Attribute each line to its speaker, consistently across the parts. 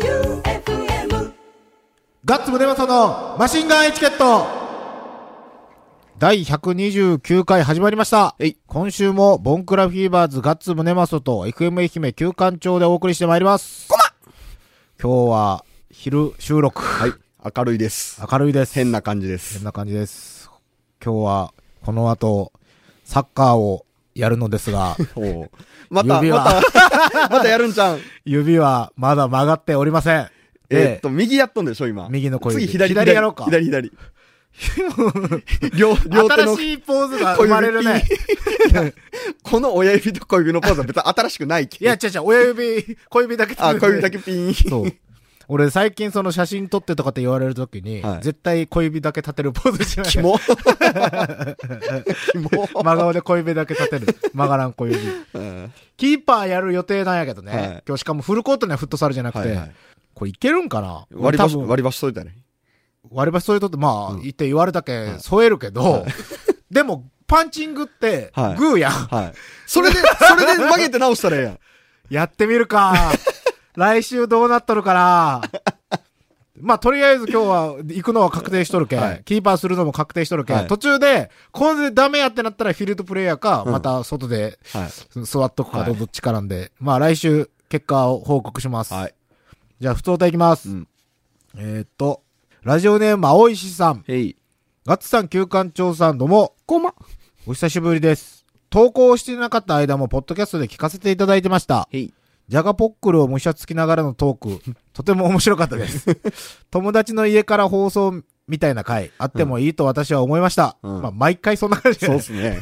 Speaker 1: J-O-E-U-F-M
Speaker 2: ガッツムネマソのマシンガンエチケット第129回始まりました。今週もボンクラフィーバーズガッツムネマソと FM 愛媛旧館長でお送りしてまいります。今日は昼収録。
Speaker 3: はい。明るいです。
Speaker 2: 明るいです。
Speaker 3: 変な感じです
Speaker 2: 変。な感じです。今日はこの後サッカーをやるのですが、
Speaker 3: おうまた、
Speaker 2: 指
Speaker 3: ま
Speaker 2: は
Speaker 3: た、 またやるんじゃん。
Speaker 2: 指はまだ曲がっておりません。
Speaker 3: えーっと、右やっとんでしょ、今。
Speaker 2: 右の小指
Speaker 3: 次、左、
Speaker 2: 左やろうか
Speaker 3: 左、 左。両、両手
Speaker 2: 新、
Speaker 3: の
Speaker 2: しいポーズが生まれるね。
Speaker 3: この親指と小指のポーズは別に新しくないけ
Speaker 2: い
Speaker 3: ど。
Speaker 2: や、違う違う、親指、 小指だけ
Speaker 3: あ、小指だけピ ーン。
Speaker 2: そう。俺最近その写真撮ってとかって言われるときに、
Speaker 3: はい
Speaker 2: 絶対小指だけ立てるポーズしない。
Speaker 3: キモ。キモ。
Speaker 2: 真顔で小指だけ立てる。曲がらん小指。
Speaker 3: うん
Speaker 2: キーパーやる予定なんやけどね。
Speaker 3: はい
Speaker 2: 今日しかもフルコートにはフットサルじゃなくて、
Speaker 3: はいはい
Speaker 2: これいけるんかな
Speaker 3: 割り箸、
Speaker 2: 多分
Speaker 3: 割り箸といたね。
Speaker 2: 割り箸添えとって、まあ、言って言われたけ、添えるけど、でも、パンチングって
Speaker 3: は、い
Speaker 2: グーやん。
Speaker 3: はい。それで、それで曲げて直したらええやん。
Speaker 2: やってみる か。来週どうなっとるかな。まあ、とりあえず今日は、行くのは確定しとるけん、
Speaker 3: はい
Speaker 2: キーパーするのも確定しとるけん、
Speaker 3: はい
Speaker 2: 途中で、これでダメやってなったらフィールドプレイヤーか、また外で
Speaker 3: はい。
Speaker 2: 座っとくか
Speaker 3: はい
Speaker 2: どっちかなんで、まあ、来週、結果を報告します。
Speaker 3: はい。
Speaker 2: じゃあ、普通歌いきます。
Speaker 3: うん
Speaker 2: えーっと、ラジオネーム、青石さん、
Speaker 3: へい。
Speaker 2: ガッツさん、旧館長さん、どうも、
Speaker 3: こま。
Speaker 2: お久しぶりです。投稿をしていなかった間も、ポッドキャストで聞かせていただいてました。
Speaker 3: へい。
Speaker 2: ジャガポックルをむしゃつきながらのトー ク、とても面白かったです。友達の家から放送みたいな回、あってもいいと私は思いました。
Speaker 3: うん
Speaker 2: まあ、毎回そんな感じ
Speaker 3: そ
Speaker 2: で
Speaker 3: うっす ね。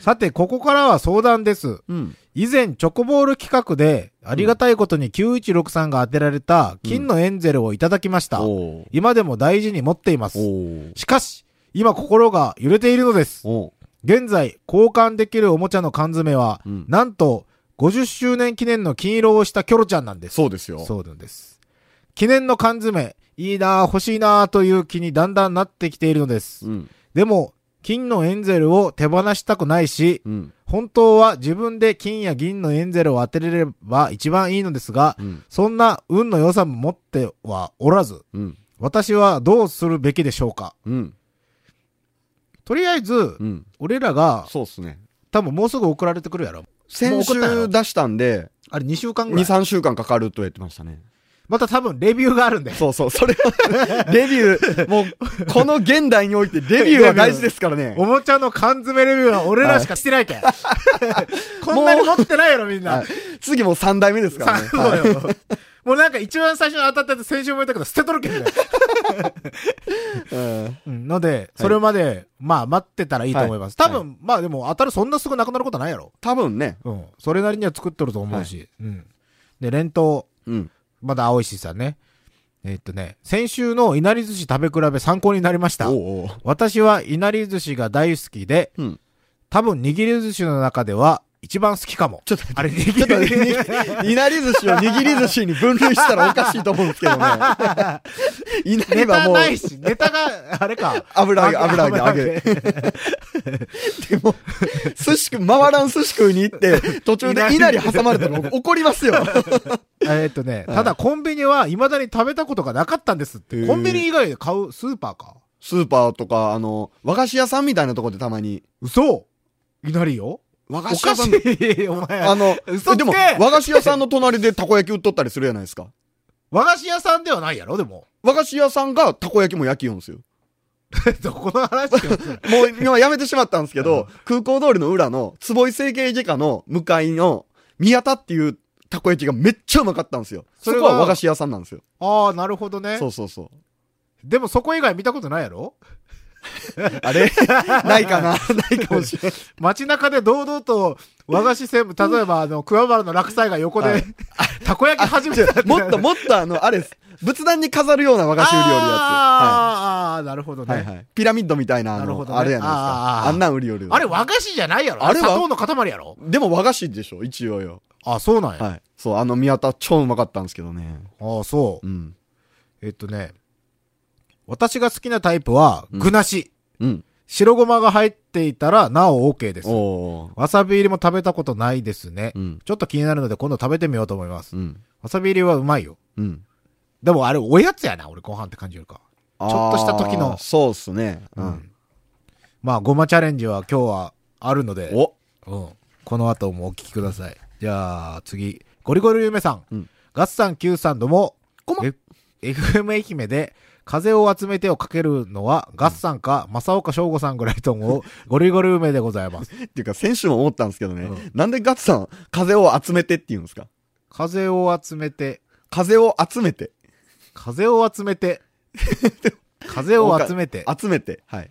Speaker 2: さて、ここからは相談です。
Speaker 3: うん。
Speaker 2: 以前、チョコボール企画で、ありがたいことに916さんが当てられた、金のエンゼルをいただきました。
Speaker 3: おー
Speaker 2: 今でも大事に持っています。
Speaker 3: おー
Speaker 2: しかし、今心が揺れているのです。
Speaker 3: おー
Speaker 2: 現在、交換できるおもちゃの缶詰は、
Speaker 3: うん
Speaker 2: なんと、50周年記念の金色をしたキョロちゃんなんです。
Speaker 3: そうですよ。
Speaker 2: そうなんです。記念の缶詰、いいなあ欲しいなあという気にだんだんなってきているのです。
Speaker 3: うん。
Speaker 2: でも、金のエンゼルを手放したくないし、
Speaker 3: うん。
Speaker 2: 本当は自分で金や銀のエンゼルを当てれれば一番いいのですが、
Speaker 3: うん。
Speaker 2: そんな運の良さも持ってはおらず、
Speaker 3: うん。
Speaker 2: 私はどうするべきでしょうか
Speaker 3: うん。
Speaker 2: とりあえず、
Speaker 3: うん。
Speaker 2: 俺らが、
Speaker 3: そうっすね。
Speaker 2: 多分もうすぐ送られてくるやろ。
Speaker 3: 先
Speaker 2: もう送ったやろ
Speaker 3: 週出したんで、
Speaker 2: あれ2週間
Speaker 3: 2、
Speaker 2: ぐらい。
Speaker 3: 3週間かかると言ってましたね。
Speaker 2: また多分レビューがあるんで。
Speaker 3: そうそう、それ は、レビュー、もう、この現代においてレビューは大事ですからね。
Speaker 2: おもちゃの缶詰レビューは俺らしかしてないけん。こんなに持ってないやろ、みんな。
Speaker 3: 次もう3代目ですから ね。
Speaker 2: そうよ。もうなんか一番最初に当たったやつ先週も言ったけど捨てとるけんね。
Speaker 3: うん
Speaker 2: うんので、それまで、まあ待ってたらいいと思います。
Speaker 3: はい
Speaker 2: 多分、まあでも当たるそんなすぐなくなることはないやろ。
Speaker 3: 多分ね。
Speaker 2: うん。それなりには作っとると思うし。うん。で、連投、
Speaker 3: うん。
Speaker 2: まだ青石さんね。えっとね、先週のいなり寿司食べ比べ参考になりました。
Speaker 3: おうおう
Speaker 2: 私はいなり寿司が大好きで、
Speaker 3: うん。
Speaker 2: 多分握り寿司の中では一番好きかも。
Speaker 3: ちょっと待って
Speaker 2: あれ、
Speaker 3: ちょ
Speaker 2: 握
Speaker 3: っと
Speaker 2: り寿司。
Speaker 3: ね、いなり寿司を握り寿司に分類したらおかしいと思うんです けどね。いなり
Speaker 2: ネ
Speaker 3: は
Speaker 2: タ
Speaker 3: もう、
Speaker 2: ないし、ネタが、あれか。
Speaker 3: 油揚げ、油 揚げ、揚げ。でも、寿司食う、回らん寿司食いに行って、 途中で稲荷挟まれたら僕怒りますよ。
Speaker 2: えーっとね、ただコンビニは未だに食べたことがなかったんですっ
Speaker 3: へ
Speaker 2: て。
Speaker 3: ー
Speaker 2: コンビニ以外で買うスーパーか。
Speaker 3: スーパーとか、あの、和菓子屋さんみたいなとこでたまに。
Speaker 2: 嘘いなりよ
Speaker 3: 和
Speaker 2: お
Speaker 3: 菓子
Speaker 2: か
Speaker 3: 屋さ
Speaker 2: し
Speaker 3: ん
Speaker 2: い、 お前。
Speaker 3: あの、
Speaker 2: 嘘つけ
Speaker 3: でも、和菓子屋さんの隣でたこ焼き売っとったりするじゃないですか。
Speaker 2: 和菓子屋さんではないやろ、でも。
Speaker 3: 和菓子屋さんがたこ焼きも焼きよんですよ。
Speaker 2: どこの話を してる
Speaker 3: もう今やめてしまったんですけ ど、空港通りの裏の坪井整形外科の向かいの宮田っていうたこ焼きがめっちゃうまかったんですよ。
Speaker 2: そ
Speaker 3: そ
Speaker 2: れ
Speaker 3: こ
Speaker 2: は
Speaker 3: は和菓子屋さんなんですよ。
Speaker 2: ああ、なるほどね
Speaker 3: そ。うそうそう。
Speaker 2: でもそこ以外見たことないやろ
Speaker 3: あれないかな ないかもしれない。
Speaker 2: 街中で堂々と和菓子専務、例えばあの、桑原の落栽が横
Speaker 3: は
Speaker 2: で
Speaker 3: い、
Speaker 2: たこ焼き始めてた
Speaker 3: もっともっとあの、あれです。仏壇に飾るような和菓子売りよるやつ。は
Speaker 2: あーあー、なるほど
Speaker 3: い。はい
Speaker 2: ね。
Speaker 3: はい。ピラミッドみたいな、あ
Speaker 2: なるほ
Speaker 3: の
Speaker 2: どね
Speaker 3: あれやないです
Speaker 2: あ
Speaker 3: か。
Speaker 2: ー
Speaker 3: あんなん売りよるよ
Speaker 2: あれ和菓子じゃないやろあ
Speaker 3: あ
Speaker 2: れ
Speaker 3: れは
Speaker 2: 砂糖の塊やろ
Speaker 3: でも和菓子でしょ、一応よ。
Speaker 2: あ、そうなんや。
Speaker 3: はい。そう、あの宮田超うまかったんですけどね。
Speaker 2: ああ、そう
Speaker 3: う。ん。
Speaker 2: えっとね、私が好きなタイプは、具なし。
Speaker 3: うん。
Speaker 2: 白ごまが入っていたら、なお OK です。
Speaker 3: おー
Speaker 2: わさび入りも食べたことないですね。
Speaker 3: うん。
Speaker 2: ちょっと気になるので今度食べてみようと思います。
Speaker 3: うん。
Speaker 2: わさび入りはうまいよ。
Speaker 3: うん。
Speaker 2: でもあれ、おやつやな、俺、ご飯って感じるか。
Speaker 3: ちょ
Speaker 2: っとした時の
Speaker 3: そうっすね。う。
Speaker 2: うんまあ、ごまチャレンジは今日はあるので、
Speaker 3: お
Speaker 2: うん、この後もお聞きください。じゃあ、次、ゴリゴリ夢さん。
Speaker 3: うん
Speaker 2: ガッサン Q さんども、
Speaker 3: ごま
Speaker 2: F- FM 愛媛で、風を集めてをかけるのは、ガッサンか、正岡翔吾さんぐらいと思う、 ゴリゴリ梅でございます。
Speaker 3: っていうか、先週も思ったんですけどね、
Speaker 2: うん
Speaker 3: なんでガッツさん、風を集めてって言うんですか
Speaker 2: 風を集めて、
Speaker 3: 風を集めて。
Speaker 2: 風を集め て、風を集めて、
Speaker 3: 集めて。はい。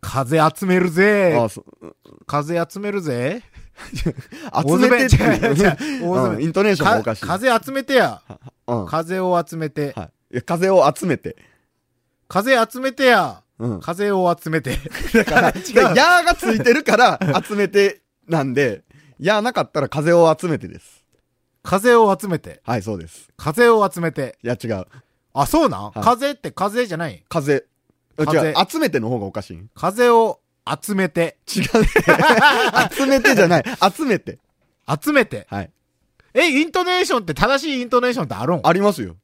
Speaker 2: 風集めるぜ
Speaker 3: ああ、そう。
Speaker 2: 風集めるぜ
Speaker 3: 集めてって
Speaker 2: 大詰め違う違う大詰
Speaker 3: いう
Speaker 2: め
Speaker 3: うん。イントネーションも
Speaker 2: か
Speaker 3: おかしい。
Speaker 2: 風集めてや
Speaker 3: うん。は
Speaker 2: 風を集めて、
Speaker 3: いいや。風を集めて。
Speaker 2: 風集めてや
Speaker 3: うん。
Speaker 2: 風を集めて。
Speaker 3: だから、でヤーがついてるから、集めてなんで、ヤーなかったら風を集めてです。
Speaker 2: 風を集めて。
Speaker 3: はい、そうです。
Speaker 2: 風を集めて。
Speaker 3: いや、違う。
Speaker 2: あ、そうなん、
Speaker 3: い
Speaker 2: 風って風じゃない
Speaker 3: 風。
Speaker 2: 風
Speaker 3: 違う。集めての方がおかしい。違う。
Speaker 2: 風を集めて。
Speaker 3: 集めてじゃない。集めて。
Speaker 2: 集めて。
Speaker 3: はい。
Speaker 2: え、イントネーションって正しいイントネーションってあるん
Speaker 3: ありますよ。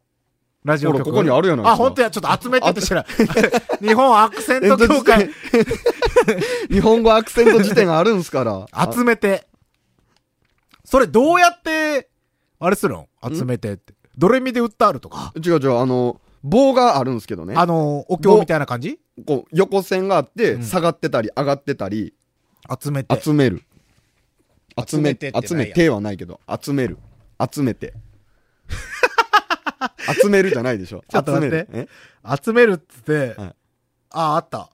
Speaker 2: ラジオ
Speaker 3: ほ
Speaker 2: 局。
Speaker 3: らここにあるやないですか
Speaker 2: あ、本当や。ちょっと集めてって知らん。 日本アクセント協会。
Speaker 3: 日本語アクセント辞典があるんすから。
Speaker 2: 集めて。それどうやって、あれするん集めてって。ドレミで売ってあるとか。
Speaker 3: 違う違う、あの、棒があるんですけどね。
Speaker 2: あの、お経みたいな感じ
Speaker 3: こう、横線があって、
Speaker 2: うん
Speaker 3: 下がってたり、上がってたり、
Speaker 2: 集めて。
Speaker 3: 集める。
Speaker 2: 集
Speaker 3: 集め、
Speaker 2: めてってな
Speaker 3: て
Speaker 2: いやん
Speaker 3: 集めてはないけど、集める。集 めて。集めるじゃないでしょ。
Speaker 2: ちょっと待って
Speaker 3: 集める。
Speaker 2: 集めるっつって
Speaker 3: はい、
Speaker 2: あ、あった。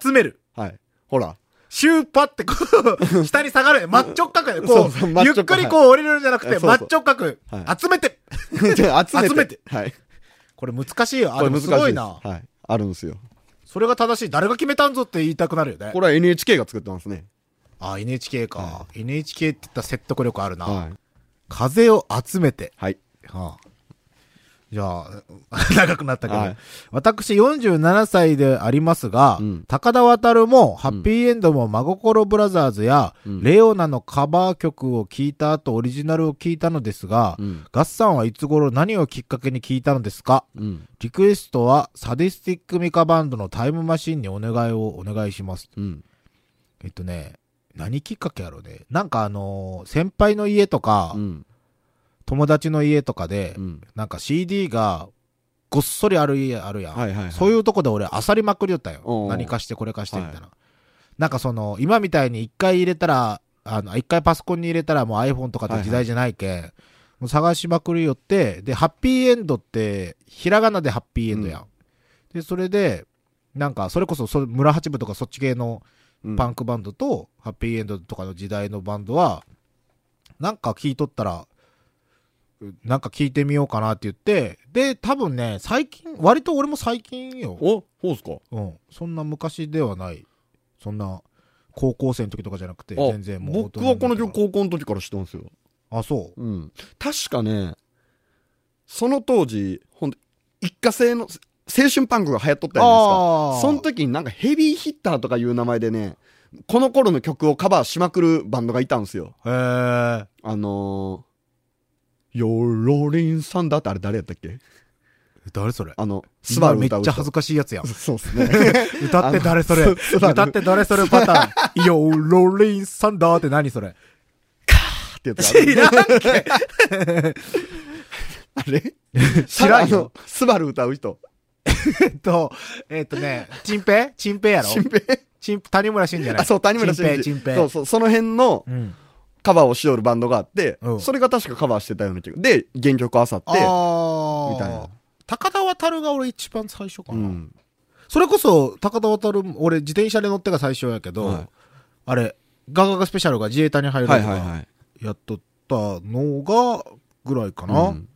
Speaker 2: 集める。
Speaker 3: えはい。ほら。
Speaker 2: シューパってこう、下に下 がる。真っ直角やで。
Speaker 3: そ
Speaker 2: こ
Speaker 3: うそう
Speaker 2: う、
Speaker 3: 真っ
Speaker 2: ゆっく
Speaker 3: 直角
Speaker 2: りこう降りるんじゃなく
Speaker 3: は
Speaker 2: て、
Speaker 3: いそう
Speaker 2: 真
Speaker 3: そう
Speaker 2: っ直角
Speaker 3: は。
Speaker 2: 集めて。
Speaker 3: じゃあ集めて。
Speaker 2: 集めて
Speaker 3: はい。
Speaker 2: これ難しいよ。あ、
Speaker 3: こ
Speaker 2: で
Speaker 3: れ
Speaker 2: も
Speaker 3: 難しい
Speaker 2: す
Speaker 3: です
Speaker 2: ごいな。
Speaker 3: はい。あるんですよ。
Speaker 2: それが正しい。誰が決めたんぞって言いたくなるよね
Speaker 3: こ。れは NHK が作ってますね。
Speaker 2: あ、NHK か
Speaker 3: は。
Speaker 2: NHK って言ったら説得力あるな。
Speaker 3: はい。
Speaker 2: 風を集めて。
Speaker 3: はい。
Speaker 2: はあ、じゃあ、 長くなったけど、
Speaker 3: はい
Speaker 2: 私47歳でありますが、
Speaker 3: うん
Speaker 2: 高田渡も、ハッピーエンドも、真心ブラザーズや、
Speaker 3: うん
Speaker 2: レオナのカバー曲を聴いた後、オリジナルを聴いたのですが、
Speaker 3: うん。
Speaker 2: ガッサンはいつ頃何をきっかけに聴いたのですか
Speaker 3: うん。
Speaker 2: リクエストは、サディスティックミカバンドのタイムマシンにお願いをお願いします。
Speaker 3: うん。
Speaker 2: えっとね、何きっかけやろうね。なんかあのー先輩の家とか、
Speaker 3: うん。
Speaker 2: 友達の家とかで、
Speaker 3: うん。
Speaker 2: なんか CD がごっそりある家あるやん。
Speaker 3: はいはいはい。
Speaker 2: そういうとこで俺、あさりまくりよった
Speaker 3: お
Speaker 2: よ。
Speaker 3: う
Speaker 2: 何かしてこれかしてみたいな。なんかその、今みたいに一回入れたら、あの、一回パソコンに入れたらもう iPhone とかって時代じゃないけん、もう探しまくりよって、で、ハッピーエンドって、ひらがなでハッピーエンドやん。で、それで、なんか、それこそ、それ村八部とかそっち系の
Speaker 3: うん
Speaker 2: パンクバンドと、ハッピーエンドとかの時代のバンドは、なんか聞いとったら、うなんか聞いてみようかなって言って、で、多分ね、最近、割と俺も最近よ。
Speaker 3: おそうっすか
Speaker 2: うん。そんな昔ではない。そんな、高校生の時とかじゃなくて、
Speaker 3: あ
Speaker 2: 全然もう大人
Speaker 3: 僕
Speaker 2: になっ
Speaker 3: は
Speaker 2: て
Speaker 3: こ
Speaker 2: から。
Speaker 3: の曲高校の時から知ってますよ。
Speaker 2: あ、そう。
Speaker 3: うん。確かね、その当時、ほんと一過性の、青春パンクが流行っとったじゃないです
Speaker 2: あー
Speaker 3: か。その時になんかヘビーヒッターとかいう名前でね、この頃の曲をカバーしまくるバンドがいたんですよ。
Speaker 2: へー。
Speaker 3: あのー、ヨーローリンサンダーってあれ誰やったっけ
Speaker 2: 誰それ
Speaker 3: あの、スバル
Speaker 2: 今
Speaker 3: 歌
Speaker 2: めっ
Speaker 3: う
Speaker 2: ちゃ
Speaker 3: 人
Speaker 2: 恥ずかしいやつ やん。
Speaker 3: そうっ すね。
Speaker 2: 歌って誰それ
Speaker 3: あの スバル
Speaker 2: 歌って誰それパタ ーン。よー、ローリンサンダーって何それ
Speaker 3: ってやつある。
Speaker 2: らん
Speaker 3: あれ
Speaker 2: 知らんよ。
Speaker 3: あのスバル歌う人。
Speaker 2: えっと、えっとね、チンペイチンペイやろ
Speaker 3: シンペイ
Speaker 2: チンペイ谷村新じゃない
Speaker 3: あ、そう、谷村新
Speaker 2: チンペイ
Speaker 3: 司
Speaker 2: チンペイ
Speaker 3: そうそう、その辺の
Speaker 2: うん。
Speaker 3: カバーをしよるバンドがあって、
Speaker 2: うん
Speaker 3: それが確かカバーしてたような気が。で、原曲あさって、
Speaker 2: あ
Speaker 3: みたいな。
Speaker 2: 高田渡が俺一番最初か
Speaker 3: う
Speaker 2: な。
Speaker 3: ん。
Speaker 2: それこそ、高田渡る、俺自転車で乗ってが最初やけど、
Speaker 3: はい
Speaker 2: あれ、ガガガスペシャルが自衛隊に入ると
Speaker 3: は
Speaker 2: か
Speaker 3: いはいはい。
Speaker 2: やっとったのが、ぐらいかな、
Speaker 3: うん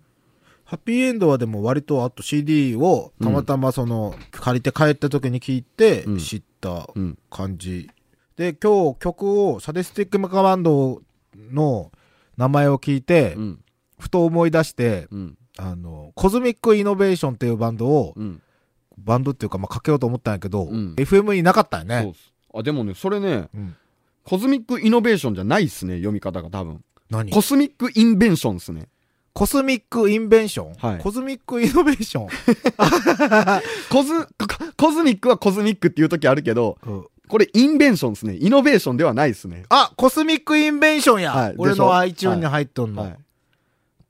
Speaker 2: ハッピーエンドはでも割とあと CD をたまたまその、借りて帰った時に聞いて
Speaker 3: うん
Speaker 2: 知った
Speaker 3: うん。
Speaker 2: 感じ。で、今日曲を、サディスティックメカバンドの名前を聞いて、
Speaker 3: うん。
Speaker 2: ふと思い出して、
Speaker 3: うん。
Speaker 2: あの、コズミックイノベーションっていうバンドを、
Speaker 3: うん。
Speaker 2: バンドっていうか、まあ、かけようと思ったんやけど、
Speaker 3: うん
Speaker 2: FM になかったよ
Speaker 3: そう
Speaker 2: ね
Speaker 3: っ。す。あ、でもね、それね、
Speaker 2: うん
Speaker 3: コズミックイノベーションじゃないっすね、読み方が多分。
Speaker 2: 何
Speaker 3: コスミックインベンションっすね。
Speaker 2: コスミックインベンション、
Speaker 3: はい
Speaker 2: コズミックイノベーション、
Speaker 3: コズ、ココズミックはコズミックっていう時あるけど、これインベンションっすね。イノベーションではないっすね。
Speaker 2: あ、コスミックインベンションや、
Speaker 3: はい
Speaker 2: 俺
Speaker 3: でしょ
Speaker 2: の iTune に入っとんの、
Speaker 3: はい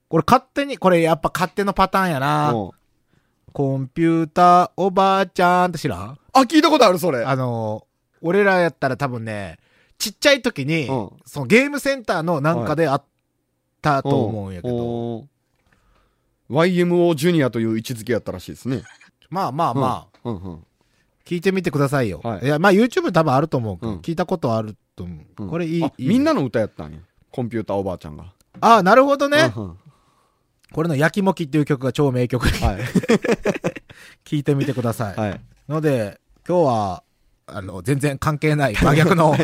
Speaker 2: これ勝手に、これやっぱ勝手のパターンやな。
Speaker 3: もう
Speaker 2: コンピューターおばあちゃんって知らん
Speaker 3: あ、聞いたことある、それ。
Speaker 2: あの、俺らやったら多分ね、ちっちゃい時に、
Speaker 3: うん
Speaker 2: そのゲームセンターのなんかであったと思うんやけど、
Speaker 3: ど。YMO ジュニアという位置づけやったらしいですね。
Speaker 2: まあまあまあ、
Speaker 3: うんうん。
Speaker 2: 聞いてみてくださいよ。
Speaker 3: はい
Speaker 2: い、や、まあ YouTube 多分あると思うけど、
Speaker 3: うん
Speaker 2: 聞いたことあると思う。
Speaker 3: うん
Speaker 2: これいい
Speaker 3: あ
Speaker 2: いいね
Speaker 3: みんなの歌やったんや。コンピューターおばあちゃんが。
Speaker 2: ああ、なるほどね。
Speaker 3: うんうん
Speaker 2: これのやきもきっていう曲が超名曲。
Speaker 3: はい。
Speaker 2: 聞いてみてください。
Speaker 3: はい。
Speaker 2: ので、今日は、あの、全然関係 ない真逆の
Speaker 3: はい。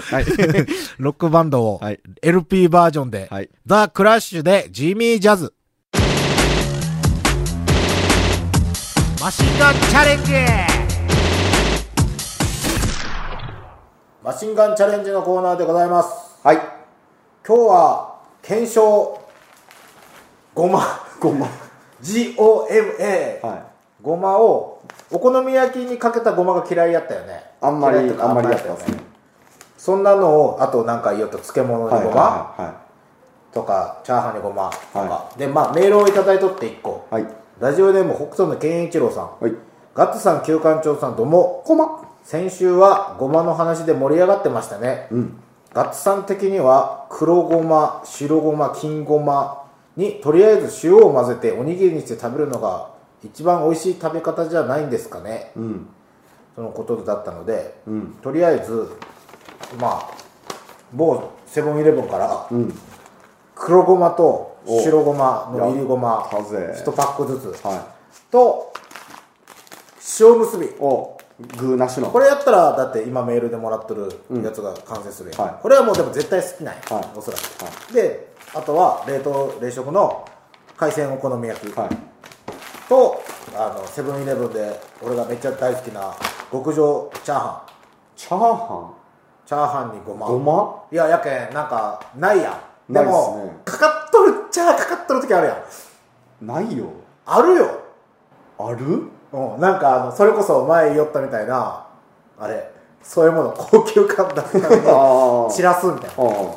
Speaker 2: ロックバンドを
Speaker 3: はい。
Speaker 2: LP バージョンで、
Speaker 3: はい。
Speaker 2: ザ・クラッシュでジミー・ジャズ。マシンガンチャレンジマシンガンチャレンジのコーナーでございます。
Speaker 3: はい。
Speaker 2: 今日は、検証、ごま、
Speaker 3: ごま。
Speaker 2: GOMA。
Speaker 3: はい。
Speaker 2: ごまをお好み焼きにかけたごまが嫌いやったよね
Speaker 3: あんまり
Speaker 2: 嫌いとか
Speaker 3: あんまり
Speaker 2: 嫌い
Speaker 3: やってますね
Speaker 2: そんなのをあとなんか言うと漬物にごま、
Speaker 3: は
Speaker 2: とかチャーハンにごまとか、
Speaker 3: は
Speaker 2: でまあメールをいただいとって1個、
Speaker 3: はい
Speaker 2: ラジオネーム北斗の健一郎さん、
Speaker 3: い。はい。
Speaker 2: ガッツさん旧館長さんどうも
Speaker 3: ごま。
Speaker 2: 先週はごまの話で盛り上がってましたね、
Speaker 3: うん。
Speaker 2: ガッツさん的には黒ごま白ごま金ごまにとりあえず塩を混ぜておにぎりにして食べるのが一番美味しい食べ方じゃないんですかね
Speaker 3: うん。
Speaker 2: そのことだったので、
Speaker 3: うん
Speaker 2: とりあえずまあ某セブンイレブンから
Speaker 3: うん。
Speaker 2: 黒ごまと
Speaker 3: お
Speaker 2: 白ごまの入りごま
Speaker 3: いや風
Speaker 2: 1パックずつ、
Speaker 3: は
Speaker 2: と塩むすび
Speaker 3: い。お、具なしの。
Speaker 2: これやったらだって今メールでもらっとるやつが完成するやん、
Speaker 3: はい
Speaker 2: これはもうでも絶対好きなんや、
Speaker 3: はい
Speaker 2: おそらく、
Speaker 3: は
Speaker 2: であとは冷凍冷食の海鮮お好み焼き、
Speaker 3: はい。
Speaker 2: とあのセブンイレブンで俺がめっちゃ大好きな極上チャーハン
Speaker 3: チャーハ
Speaker 2: チャーハンにごま
Speaker 3: ン。ごま
Speaker 2: いややけんなんかないやんで
Speaker 3: ないっす
Speaker 2: も、
Speaker 3: ね
Speaker 2: かかっとるっちゃかかっとる時あるやん
Speaker 3: ないよ。
Speaker 2: あるよ、
Speaker 3: ある
Speaker 2: うん、なんかあのそれこそ前言ったみたいなあれそういうもの高級感だっために
Speaker 3: あー
Speaker 2: 散らすみたいな
Speaker 3: あ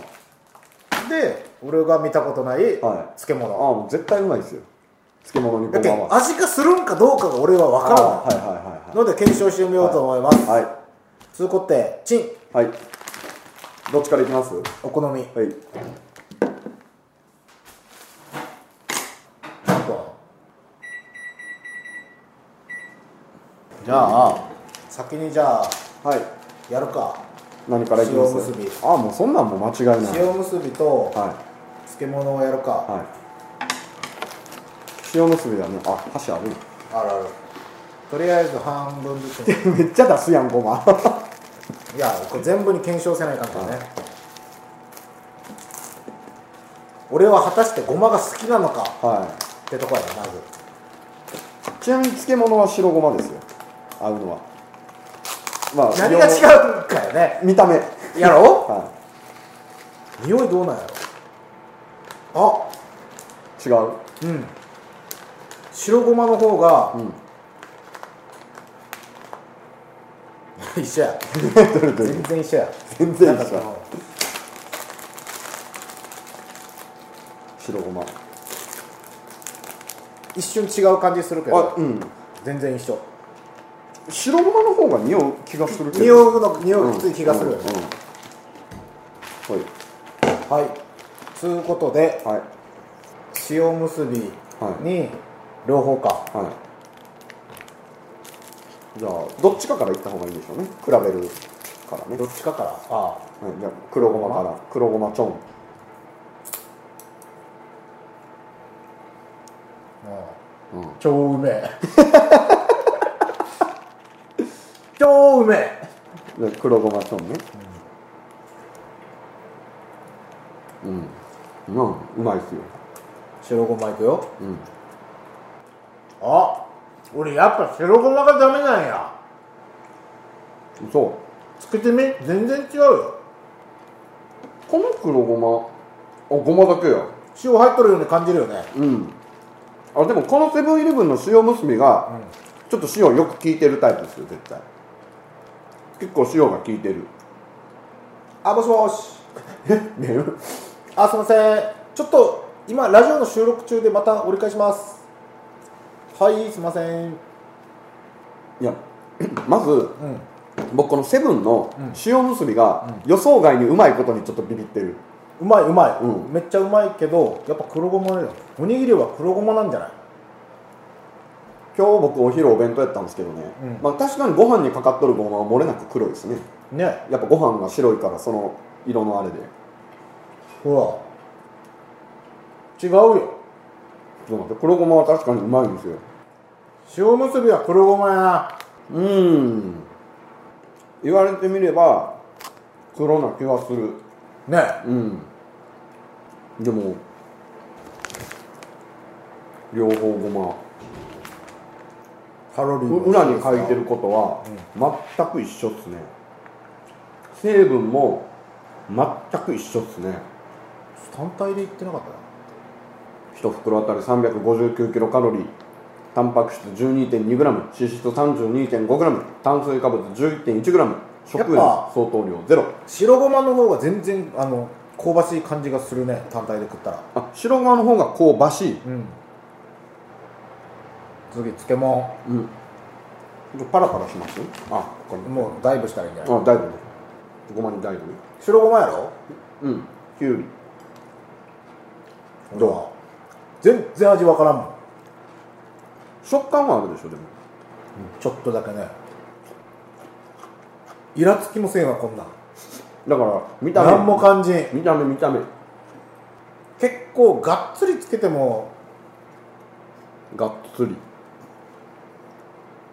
Speaker 3: あ。
Speaker 2: で俺が見たことない
Speaker 3: はい
Speaker 2: 漬
Speaker 3: ああ、
Speaker 2: 物、
Speaker 3: もう絶対うまいですよ。漬物に
Speaker 2: だ
Speaker 3: ご
Speaker 2: け
Speaker 3: ま
Speaker 2: ん
Speaker 3: は。
Speaker 2: 味がするんかどうかが俺は分からな
Speaker 3: あーはいはい
Speaker 2: いので検証してみようと思います、
Speaker 3: はいはい。
Speaker 2: 通こってチン
Speaker 3: はい。はい。どっちからいきますは
Speaker 2: お好み、ち
Speaker 3: い。
Speaker 2: ょっとじゃあ先にじゃあ
Speaker 3: はい。
Speaker 2: やるか
Speaker 3: 何からいきます
Speaker 2: 塩むすび
Speaker 3: ああ、もうそんなんもう間違いない。
Speaker 2: 塩むすびと
Speaker 3: はい。
Speaker 2: 漬物をやるか、
Speaker 3: はい。塩むすびだね。あ、箸あるね。
Speaker 2: あるあるとりあえず半分ずつ
Speaker 3: めっちゃ出すやん、ごま。
Speaker 2: いやこれ全部に検証せないかんからね俺は果たしてごまが好きなのか
Speaker 3: は
Speaker 2: ってとこやなまず
Speaker 3: い。ちなみに漬物は白ごまですよ。合うのは。まあ、
Speaker 2: 何が違
Speaker 3: う
Speaker 2: うんかよね
Speaker 3: 見た目。
Speaker 2: やろ
Speaker 3: は
Speaker 2: 匂いどうなんやろあ
Speaker 3: い。違う。
Speaker 2: うん白ごまの方が、
Speaker 3: ん
Speaker 2: 一緒や
Speaker 3: どれどれ
Speaker 2: 全然一緒や
Speaker 3: 全然一緒
Speaker 2: なんかその
Speaker 3: 白ごま。
Speaker 2: 一瞬違う感じするけ
Speaker 3: あ、
Speaker 2: ど
Speaker 3: うん。
Speaker 2: 全然一緒
Speaker 3: 白ごまの方が匂う気がするけど。
Speaker 2: 匂うの匂うきつい気がするよね、
Speaker 3: うんうんうん
Speaker 2: はいつうことで
Speaker 3: はい。はい。
Speaker 2: 塩むすびに両方か、
Speaker 3: はい。じゃあ、どっちかからいった方がいいでしょうね。比べるからね。
Speaker 2: どっちかからああ
Speaker 3: はい、じゃあ黒ごまから黒ごまちょん
Speaker 2: うん
Speaker 3: うん
Speaker 2: 超うめえ 超うめえ
Speaker 3: で黒ごまちょんねうんうん、うまいっすよ
Speaker 2: 白ごまいくよ
Speaker 3: うん
Speaker 2: あ俺やっぱ白ごまがダメなんや
Speaker 3: そ
Speaker 4: つけてみ全然違うよ
Speaker 3: この黒ごまあごまだけや
Speaker 2: 塩入っとるように感じるよね
Speaker 3: うんあでもこのセブンイレブンの塩むすびがちょっと塩よく効いてるタイプですよ絶対結構塩が効いて る
Speaker 2: あもしもし
Speaker 3: ね
Speaker 2: あすいませんちょっと今ラジオの収録中でまた折り返しますはいすいません
Speaker 3: いや まず、僕このセブンの塩むすびが予想外にうまいことにちょっとビビってる、
Speaker 2: うまいうまい、
Speaker 3: うん
Speaker 2: めっちゃうまいけどやっぱ黒ごまだよおにぎりは黒ごまなんじゃない
Speaker 3: 今日僕お昼お弁当やったんですけどね、
Speaker 2: うん
Speaker 3: まあ、確かにご飯にかかっとるごまは漏れなく黒いですね
Speaker 2: ね
Speaker 3: やっぱご飯が白いからその色のあれで
Speaker 2: ほら違うよ
Speaker 3: そうなんですよ黒ごまは確かにうまいんですよ
Speaker 2: 塩むすびは黒ごまやな
Speaker 3: うーん言われてみれば黒な気はする
Speaker 2: ね
Speaker 3: うんでも両方ごま
Speaker 2: カロリー
Speaker 3: う
Speaker 2: も
Speaker 3: 裏に書いてることは全く一緒っすね成分も全く一緒っすね
Speaker 2: 単体で言ってなかったな
Speaker 3: 1袋あたり359キロカロリータンパク質 12.2g 脂質 32.5g 炭水化物 11.1g 食塩
Speaker 2: やっぱ
Speaker 3: 相当量ゼロ
Speaker 2: 白ごまの方が全然あの香ばしい感じがするね単体で食ったら
Speaker 3: あ白側の方が香ばしい、
Speaker 2: うん次漬物
Speaker 3: うん、パラパラしますあこれ
Speaker 2: もうダイブしたらいいんじゃない
Speaker 3: あ大丈夫ごまに大丈
Speaker 2: 白ごまやろ
Speaker 3: 夫うんきゅうり
Speaker 2: どう全然味わからんもん
Speaker 3: 食感はあるでしょでも
Speaker 2: ちょっとだけねイラつきもせんわこんなん
Speaker 3: だから見た目
Speaker 2: 何も感じん
Speaker 3: 見た目見た目
Speaker 2: 結構がっつりつけても
Speaker 3: がっつり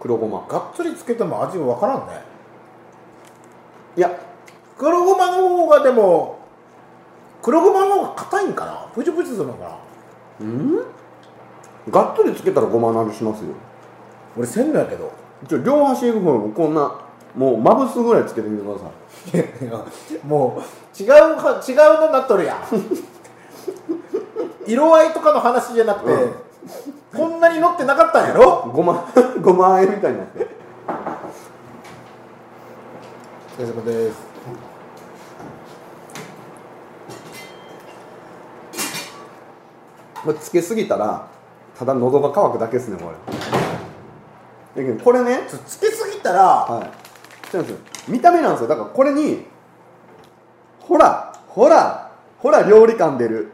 Speaker 3: 黒ごま
Speaker 2: がっつりつけても味わからんね
Speaker 3: いや
Speaker 2: 黒ごまの方がでも黒ごまの方が硬いんかなプチプチするのかな
Speaker 3: がっつりつけたらごまの味しますよ
Speaker 2: 俺せんのやけど
Speaker 3: ちょ両端行く方もこんなもうまぶすぐらいつけてみてくださ
Speaker 2: もう違うは違うのになっと るやん色合いとかの話じゃなくて、こんなに乗ってなかったんやろ
Speaker 3: いごま ごまあえみたいになって
Speaker 2: お疲れ様です
Speaker 3: まあつけすぎたらただ喉が渇くだけですねこれだけどこれね
Speaker 2: つつけすぎたら
Speaker 3: はいそうなんですよ見た目なんですよだからこれにほらほらほら料理感出る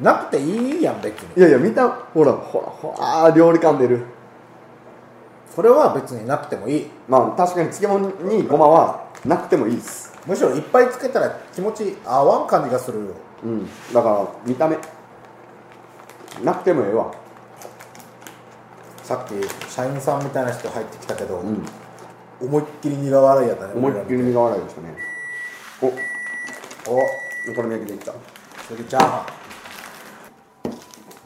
Speaker 2: なくていいやん別に
Speaker 3: いやいや見たほらほらほらあー料理感出る
Speaker 2: それは別になくてもいい
Speaker 3: まあ確かに漬物にごまはなくてもいいです
Speaker 2: むしろいっぱいつけたら気持ち合わん感じがするよ
Speaker 3: うんだから見た目なくてもええわ
Speaker 2: さっき社員さんみたいな人入ってきたけど、
Speaker 3: うん
Speaker 2: 思いっきり苦笑いやったね
Speaker 3: 思いっきり
Speaker 2: 俺らの
Speaker 3: 苦笑いでしたねお
Speaker 2: お
Speaker 3: お好み焼きできた
Speaker 2: 次チャーハ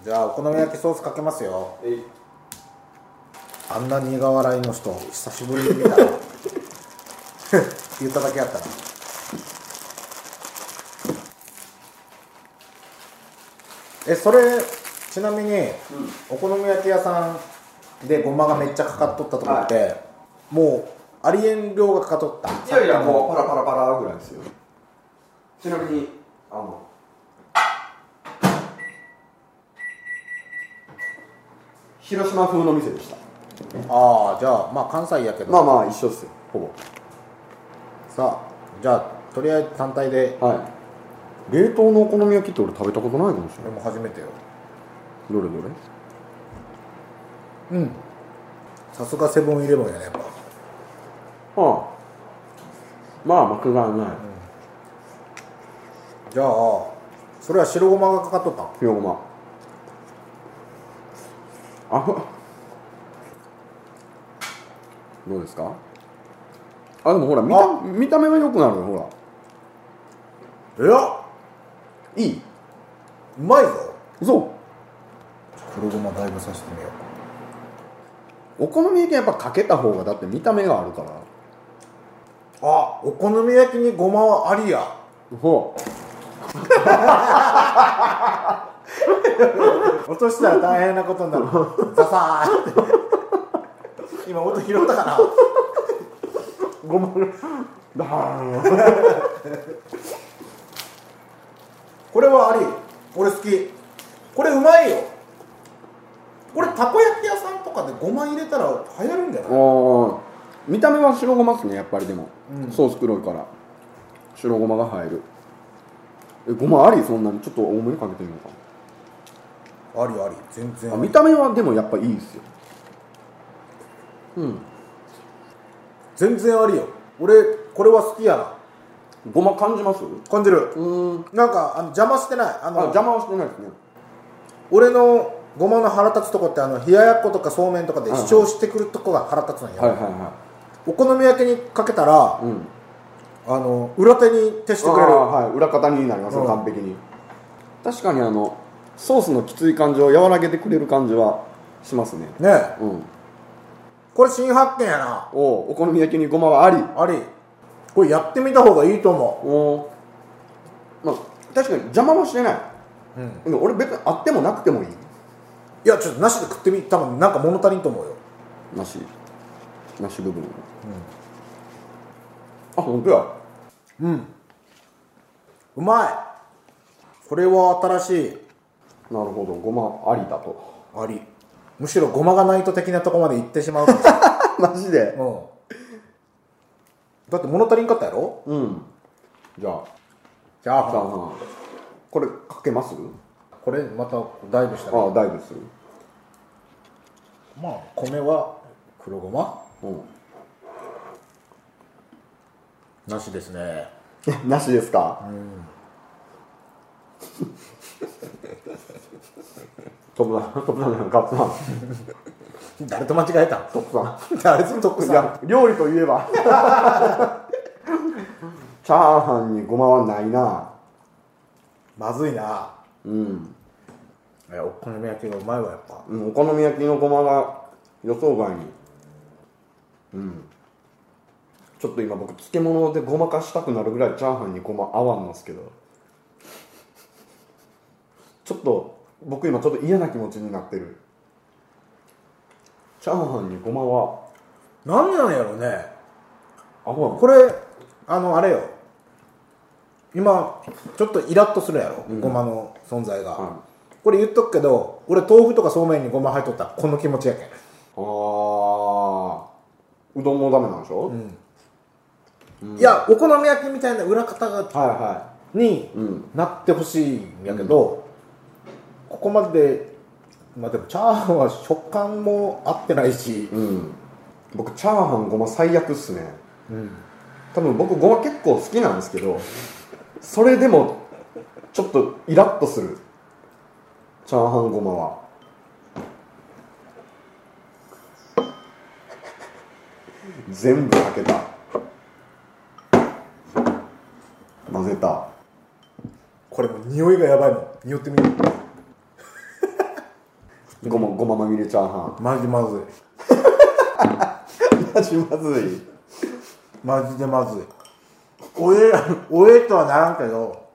Speaker 2: ンじゃあお好み焼きソースかけますよあんな苦笑いの人久しぶりに見た ら言っただけやったなえそれちなみに、お好み焼き屋さんでごまがめっちゃかかっとったとこって、もうありえん量がかかっとった
Speaker 3: いやいやもうパラパラパラぐらいですよちなみにあの広島風の店でした
Speaker 2: ああじゃあまあ関西やけど、
Speaker 3: まあまあ一緒っすよほぼ
Speaker 2: さあじゃあとりあえず単体で
Speaker 3: はい冷凍のお好み焼きって俺食べたことないかもしれな
Speaker 2: 俺
Speaker 3: い
Speaker 2: も初めてよ
Speaker 3: どれどれ
Speaker 2: さすがセブンイレブンやねやっぱ
Speaker 3: ああまあ幕がない
Speaker 2: じゃあそれは白ごまがかかっとったん
Speaker 3: ひよごまあふどうですかあでもほら見
Speaker 2: あ
Speaker 3: た見た目は良くなるよほ
Speaker 2: いや
Speaker 3: らいいう
Speaker 2: まいぞ
Speaker 3: そう
Speaker 2: 黒ごまだいぶさしてみよ
Speaker 3: お好み焼きはやっぱかけた方がだって見た目があるから
Speaker 2: うああお好み焼きにごまはありや
Speaker 3: ほう
Speaker 2: 落としたら大変なこと になるザサーって今音拾ったかな
Speaker 3: ごまがだーん
Speaker 2: これはあり俺好きこれうまいよこれたこ焼き屋さんとかでごま入れたら流行るんじゃない
Speaker 3: おー見た目は白ごまっすねやっぱりでも、ソース黒いから白ごまが入るえごまありそんなにちょっと多めにかけてみようか
Speaker 2: ありあり全然
Speaker 3: あ見た目はでもやっぱいいですよ
Speaker 2: 全然ありよ俺これは好きやな
Speaker 3: ごま感じます
Speaker 2: 感じる
Speaker 3: うん
Speaker 2: なんかあの邪魔してないあ
Speaker 3: あ
Speaker 2: の
Speaker 3: 邪魔はしてないですね
Speaker 2: 俺のごまの腹立つとこってあの冷ややっことかそうめんとかで
Speaker 3: はいは
Speaker 2: 主
Speaker 3: い
Speaker 2: 張してくるとこが腹立つのよ、
Speaker 3: はいはいは
Speaker 2: お好み焼きにかけたら
Speaker 3: い、うん
Speaker 2: あの裏手に徹してくれる
Speaker 3: あーはい、裏方になりますよ、
Speaker 2: うん
Speaker 3: 完璧に確かにあのソースのきつい感じを和らげてくれる感じはしますね
Speaker 2: ねえ
Speaker 3: うん
Speaker 2: これ新発見やな
Speaker 3: おうお好み焼きにごまはあり
Speaker 2: ありこれやってみた方がいいと思
Speaker 3: おおまあ確かに邪魔はしてない、
Speaker 2: うん
Speaker 3: でも俺別にあってもなくてもいいう
Speaker 2: いやちょっとなしで食ってみ多分なんか物足りんと思うよ
Speaker 3: なしなし部分、あ本当や
Speaker 2: うまいこれは新しい
Speaker 3: なるほどごまありだと
Speaker 2: ありむしろごまがないと的なとこまで行ってしまうかもし れない
Speaker 3: マジで
Speaker 2: うんだって物足りんかったやろ
Speaker 3: うんじゃあ
Speaker 2: じゃ
Speaker 3: 北
Speaker 2: あ
Speaker 3: 川さんこれかけます
Speaker 2: これまたダイブしたね
Speaker 3: ああだいぶする
Speaker 2: まあ米は黒ごま
Speaker 3: うん
Speaker 2: なしですね
Speaker 3: え なしですか、トップさん、トップさんじゃない、ガッツさん、
Speaker 2: 誰と間違えた
Speaker 3: トップさ
Speaker 2: 誰とトップ
Speaker 3: ん。い
Speaker 2: さん
Speaker 3: や、料理といえ ば。チャーハンにごまはないな。
Speaker 2: まずいな
Speaker 3: うん。
Speaker 2: いやお好み焼きがうまいわやっぱ
Speaker 3: うんお好み焼きのごまが予想外に。うん。ちょっと今僕、漬物でごまかしたくなるぐらいチャーハンにごま合わんのですけど。ちょっと、僕今ちょっと嫌な気持ちになってる。チャーハンにごまは
Speaker 2: 何なんやろうね
Speaker 3: 合わん。
Speaker 2: これあのあれよ今ちょっとイラッとするやろ、ごまの存在が、
Speaker 3: は
Speaker 2: これ言っとくけど俺豆腐とかそうめんにごま入っとったらこの気持ちやけん
Speaker 3: あーうどんもダメなんでしょ、う
Speaker 2: いやお好み焼きみたいな裏方が
Speaker 3: はいは
Speaker 2: に
Speaker 3: うん
Speaker 2: なってほしいんやけど、ここまでまあでもチャーハンは食感も合ってないし
Speaker 3: い、うん、僕チャーハンごま最悪っすね、多分僕ごま結構好きなんですけどそれでもちょっとイラッとするチャーハンごまは全部かけた混ぜた
Speaker 2: これもう匂いがやばいもん匂ってみる
Speaker 3: ごまごままみれチャーハ
Speaker 2: マジまずい
Speaker 3: ン マジまずい
Speaker 2: マジでまずいおえおえとはならんけど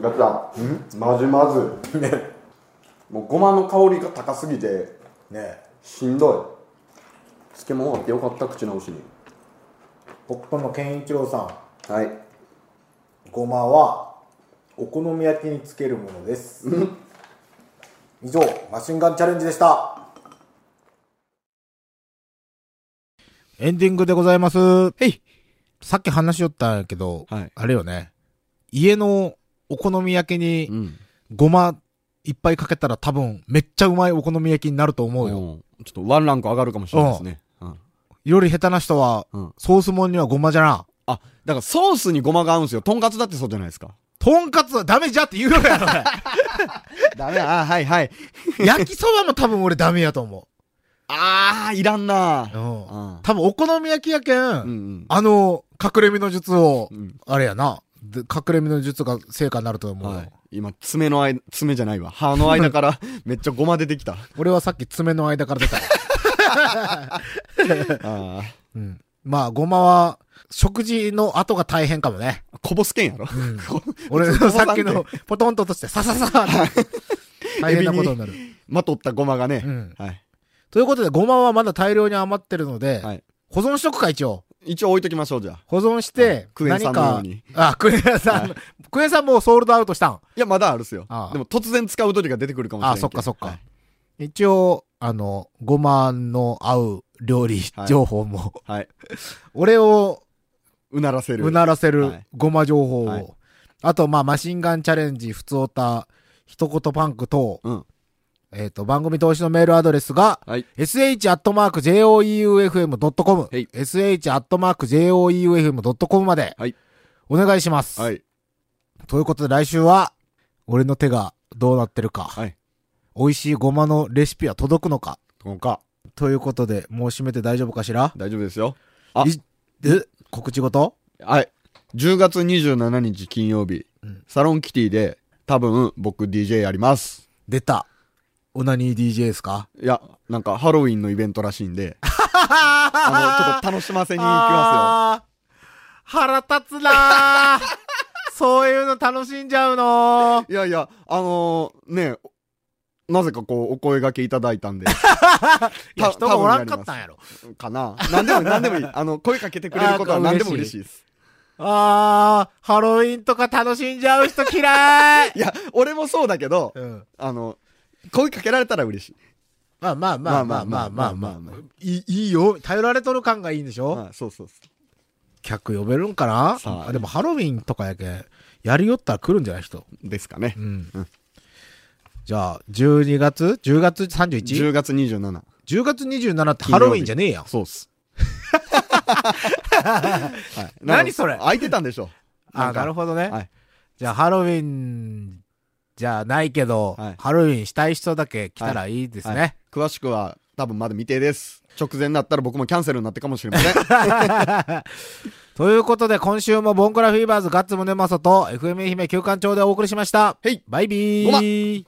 Speaker 3: ガチャんまじまずいもうごまの香りが高すぎて
Speaker 2: ね
Speaker 3: しんどい漬物あってよかった口直しに
Speaker 2: 北斗の健一郎さん
Speaker 3: はい
Speaker 2: ごまはお好み焼きにつけるものです以上マシンガンチャレンジでした
Speaker 5: エンディングでございます。
Speaker 6: へい
Speaker 5: さっき話しよったんやけど、
Speaker 3: はい
Speaker 5: あれよね。家のお好み焼きに
Speaker 3: ん
Speaker 5: ごまいっぱいかけたら多分めっちゃうまいお好み焼きになると思うよ。
Speaker 3: ちょっとワンランク上がるかもし
Speaker 5: れないですね、より下手な人は、
Speaker 3: うん
Speaker 5: ソースもんにはごまじゃな。
Speaker 3: あだからソースにごまが合うんですよとんかつだってそうじゃないですか
Speaker 5: とんかつはダメじゃって言うよやろ、
Speaker 3: ダメあはいはい
Speaker 5: 俺焼きそばも多分俺ダメやと思
Speaker 3: あーいらんな
Speaker 5: う。うん。
Speaker 3: うん
Speaker 5: 多分お好み焼きやけん、
Speaker 3: うん
Speaker 5: あの、隠れ身の術を、
Speaker 3: ん
Speaker 5: あれやな。で隠れ身の術が成果になると思うよ。
Speaker 3: い、今爪の間爪じゃないわ歯の間から めっちゃごま出 てきた
Speaker 5: 俺はさっき爪の間から出た。
Speaker 3: あー
Speaker 5: うん。
Speaker 2: まあ、ごまは、食事の後が大変かもね。
Speaker 3: こぼすけん やろ。
Speaker 2: 俺
Speaker 3: ご
Speaker 2: の
Speaker 3: まさん
Speaker 2: さ
Speaker 3: って
Speaker 2: っきの、ポトンと落として、ささ さって大変なことになる。
Speaker 3: まとったごまがね。
Speaker 2: うん
Speaker 3: はい。
Speaker 2: ということで、ごまはまだ大量に余ってるので、
Speaker 3: はい
Speaker 2: 保存しとくか、一応。
Speaker 3: 一応置いときましょう、じゃあ。
Speaker 2: 保存して、
Speaker 3: クエン
Speaker 2: 何
Speaker 3: 酸のよ
Speaker 2: か
Speaker 3: うに、
Speaker 2: あ、クエンさ
Speaker 3: は
Speaker 2: ん、クエンさんもうソールドアウトしたん。
Speaker 3: いや、まだあるっすよ
Speaker 2: ああ。
Speaker 3: でも突然使う時が出てくるかもしれ
Speaker 2: あ
Speaker 3: ない。
Speaker 2: そっかそっか
Speaker 3: はい
Speaker 2: 一応、あの、ごまの合う料理
Speaker 3: はい
Speaker 2: 情報も、
Speaker 3: はい。
Speaker 2: 俺を
Speaker 3: うならせる。
Speaker 2: うならせ
Speaker 3: は
Speaker 2: る
Speaker 3: い
Speaker 2: ごま情報を、
Speaker 3: はい
Speaker 2: あと、まあ、マシンガンチャレンジ、普通おた、一言パンク等、
Speaker 3: うん
Speaker 2: えっ、と、番組投資のメールアドレスが、
Speaker 3: はい
Speaker 2: sh.joeufm.com、
Speaker 3: はい
Speaker 2: sh.joeufm.com まで、
Speaker 3: はい
Speaker 2: お願いします。
Speaker 3: はい。
Speaker 2: ということで来週は、俺の手がどうなってるか、
Speaker 3: はい
Speaker 2: 美味しいごまのレシピは届くのか、
Speaker 3: こうか。
Speaker 2: ということで、もう締めて大丈夫かしら
Speaker 3: 大丈夫ですよ。あ
Speaker 2: いえ告知事
Speaker 3: はい。10月27日金曜日、サロンキティで、多分僕 DJ やります。
Speaker 2: 出た。オナニー DJ ですか
Speaker 3: いや、なんかハロウィンのイベントらしい んで、 あの、ちょっと楽しませに行きま
Speaker 2: 腹立つ なーそういうの楽しんじゃうの
Speaker 3: すよ。いやいや、あのーね、なぜかこう、お声掛けいただいたんで、
Speaker 2: いや
Speaker 3: た
Speaker 2: 人がおらんかったんやろ。
Speaker 3: かな。なんでも、なん でもいい。あの、声かけてくれることは何でも嬉しいです。
Speaker 2: あー、ハロウィンとか楽しんじゃう人嫌い
Speaker 3: いや、俺も そうだけど、
Speaker 2: うん。
Speaker 3: あの、声かけられたら嬉しい。
Speaker 2: まあまあまあまあまあまあまあ。
Speaker 3: まあまあ
Speaker 2: いいいいよ。頼られとる感がいいんでしょ、
Speaker 3: あそうそうそ
Speaker 2: 客呼べるんかな
Speaker 3: さあ
Speaker 2: あでもハロウィンとかやけん、やりよったら来るんじゃない人。
Speaker 3: う。ですかね
Speaker 2: う。ん。じゃあ、12月 ?10 月 31?10
Speaker 3: 10月27。
Speaker 2: 月27ってハロウィンじゃねえやん。
Speaker 3: そう っす。はい、
Speaker 2: 何それ
Speaker 3: 空いてたんでしょ。
Speaker 2: あー、なる
Speaker 3: ほ
Speaker 2: ほどね。
Speaker 3: はい。
Speaker 2: じゃあ、ハロウィンじゃないけど、
Speaker 3: はい
Speaker 2: ハロウィンしたい人だけ来たらいいですね。
Speaker 3: はい詳しくは、多分まだ未定です。直前になったら僕もキャンセルになってかもしれません。
Speaker 2: ということで、今週もボンクラフィーバーズガッツムネマソと FM 愛媛休館長でお送りしました。
Speaker 3: はい
Speaker 2: バイビ
Speaker 3: ごま
Speaker 2: ー。